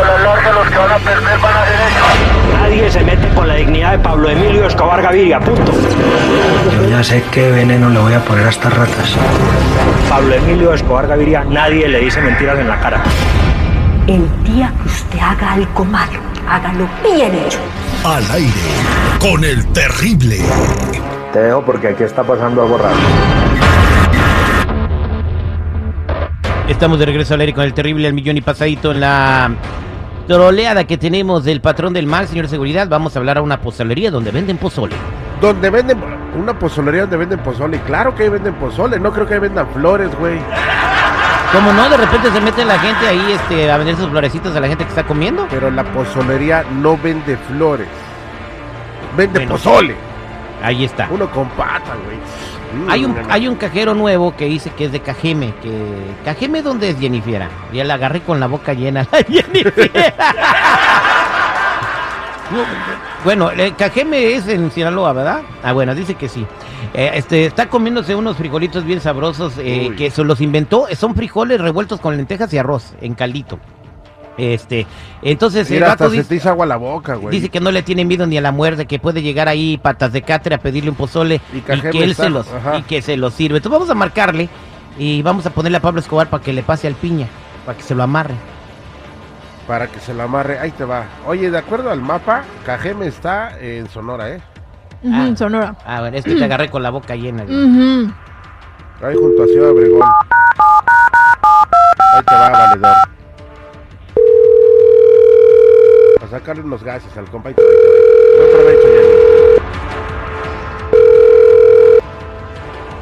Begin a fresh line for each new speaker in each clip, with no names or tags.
van a perder, van a derecho.
Nadie se mete con la dignidad de Pablo Emilio Escobar Gaviria, punto.
Yo ya sé qué veneno le voy a poner a estas ratas.
Pablo Emilio Escobar Gaviria, nadie le dice mentiras en la cara.
El día que usted haga algo malo, hágalo bien hecho.
Al aire, con el terrible.
Te dejo porque aquí está pasando algo raro.
Estamos de regreso al aire con el terrible al millón y pasadito en la troleada que tenemos del patrón del mal, señor seguridad. Vamos a hablar a una pozolería donde venden pozole.
Donde venden una pozolería donde venden pozole. Claro que ahí venden pozole, no creo que ahí vendan flores, güey.
Como no, de repente se mete la gente ahí este, a vender sus florecitas a la gente que está comiendo.
Pero la pozolería no vende flores. Vende
Bueno.
pozole.
Ahí está.
Uno con pata, güey. Mm,
Hay un,
no, no.
hay un cajero nuevo que dice que es de Cajeme, que Cajeme dónde es Jennifer. Ya la agarré con la boca llena. la Jennifer. bueno, eh, Cajeme es en Sinaloa, ¿verdad? Ah, bueno, dice que sí. Eh, este está comiéndose unos frijolitos bien sabrosos eh,
Uy.
que se los inventó. Son frijoles revueltos con lentejas y arroz en caldito. Este, entonces el
Mira, hasta
vato
se
dice,
te hizo agua la boca, güey.
Dice que no le tiene miedo ni a la muerte, que puede llegar ahí patas de catre a pedirle un pozole
Y
y,
cajeme
que él
está,
se los
ajá.
y que se los sirve. Entonces vamos a marcarle y vamos a ponerle a Pablo Escobar para que le pase al piña, para que se lo amarre.
Para que se lo amarre, ahí te va. Oye, de acuerdo al mapa, Cajeme está en Sonora, ¿eh?
Ujú,
Ah.
Sonora.
A ver, es que te agarré con la boca llena.
Ujú.
Ahí junto a Ciudad Obregón. Ahí te va, valedor. A sacarle unos gases al compa. Ahí te va, ahí te va. Buen provecho, Jenny.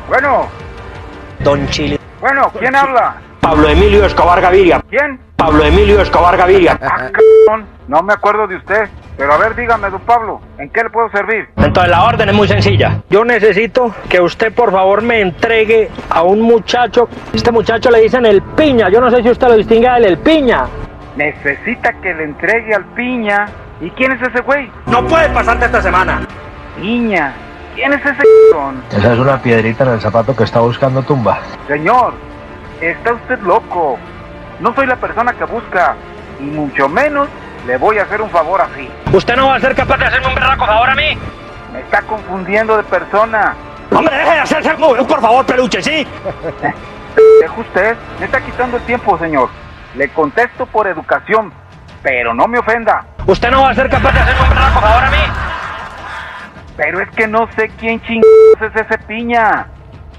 Bueno,
Don Chile.
bueno, ¿quién habla?
Pablo Emilio Escobar Gaviria.
¿Quién?
Pablo Emilio Escobar Gaviria.
Ah, c******. No me acuerdo de usted, pero a ver, dígame, don Pablo, ¿en qué le puedo servir?
Entonces la orden es muy sencilla. Yo necesito que usted por favor me entregue a un muchacho. Este muchacho le dicen el piña. Yo no sé si usted lo distingue del el piña.
Necesita que le entregue al piña. ¿Y quién es ese güey?
No puede pasarte esta semana.
Piña. ¿Quién es ese c******?
Esa es una piedrita en el zapato que está buscando tumba.
Señor, está usted loco. No soy la persona que busca, y mucho menos le voy a hacer un favor así.
Usted no va a ser capaz de hacerme un berraco favor a mí.
Me está confundiendo de persona.
Hombre, deje de hacerse el movido, por favor, peluche, sí.
Deje usted, me está quitando el tiempo, señor. Le contesto por educación, pero no me ofenda.
Usted no va a ser capaz de hacerme un berraco favor a mí.
Pero es que no sé quién ching es ese piña.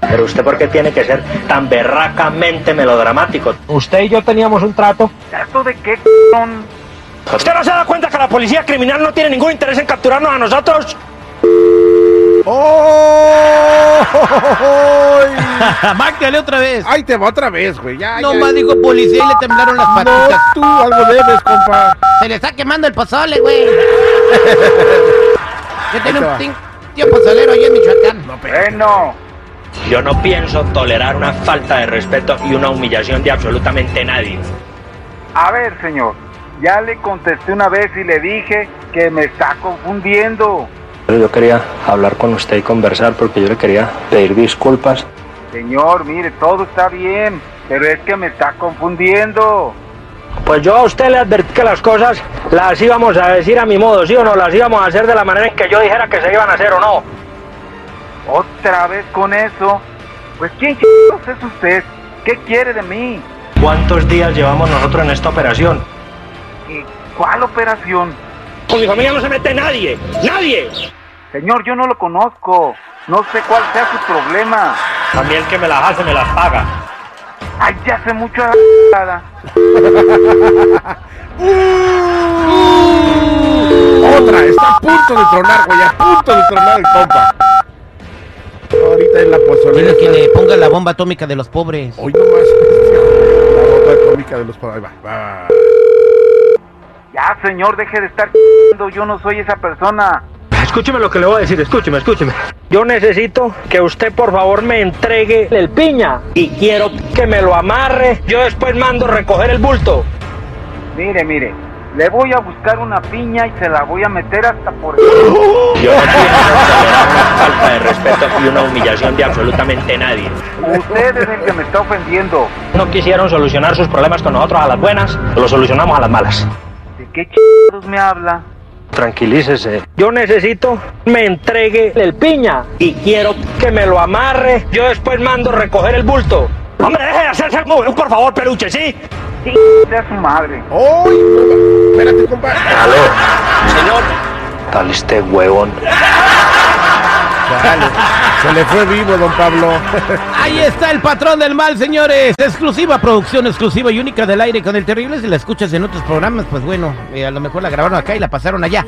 Pero usted, ¿por qué tiene que ser tan berracamente melodramático?
Usted y yo teníamos un trato.
¿Trato de qué c******?
¿Usted no se da cuenta que la policía criminal no tiene ningún interés en capturarnos a nosotros?
¡Oh!
Márcale otra vez.
Ahí te va otra vez, güey. Ya,
no
ya.
más dijo policía y le temblaron las
No,
patitas.
tú algo debes, compa.
Se le está quemando el pozole, güey. Yo
Ahí te
tenía
va.
un tin- tío pozolero allá en Michoacán.
Bueno,
Yo no pienso tolerar una falta de respeto y una humillación de absolutamente nadie.
a ver, señor. Ya le contesté una vez y le dije que me está confundiendo.
Pero yo quería hablar con usted y conversar porque yo le quería pedir disculpas.
Señor, mire, todo está bien, pero es que me está confundiendo.
Pues yo a usted le advertí que las cosas las íbamos a decir a mi modo, sí o no, las íbamos a hacer de la manera en que yo dijera que se iban a hacer o no.
Otra vez con eso. Pues quién chingados es usted? ¿Qué quiere de mí?
¿Cuántos días llevamos nosotros en esta operación?
¿Y cuál operación?
Con mi familia no se mete nadie, nadie.
Señor, yo no lo conozco. No sé cuál sea su problema.
A mí el que me las hace me las paga.
Ay, ya sé mucho a la chingada.
Otra, está a punto de tronar, güey. A punto de tronar el compa. Ahorita en la
Dile que le
pozolera.
ponga la bomba atómica de los pobres.
Hoy no más. La bomba cómica de los pa- Ahí va, va.
Ya, señor, deje de estar chingando. Yo no soy esa persona.
Escúcheme lo que le voy a decir, escúcheme, escúcheme. Yo necesito que usted por favor me entregue el piña y quiero que me lo amarre. Yo después mando recoger el bulto.
Mire, mire. Le voy a buscar una piña y se la voy a meter hasta por...
Yo no pienso tolerar una falta de respeto y una humillación de absolutamente nadie.
Usted es el que me está ofendiendo.
No quisieron solucionar sus problemas con nosotros a las buenas, los solucionamos a las malas.
¿De qué chingados me habla?
Tranquilícese.
Yo necesito me entregue el piña y quiero que me lo amarre. Yo después mando recoger el bulto.
Hombre, deje de hacerse el móvil, por favor, peluche, ¿sí?
Sea su madre.
¡Uy! Espérate, compadre.
¡Aló!
Señor,
Tal este huevón.
Chale, Se le fue vivo, don Pablo.
Ahí está el patrón del mal, señores. Exclusiva producción, exclusiva y única del aire con el terrible. Si la escuchas en otros programas, pues bueno, eh, a lo mejor la grabaron acá y la pasaron allá.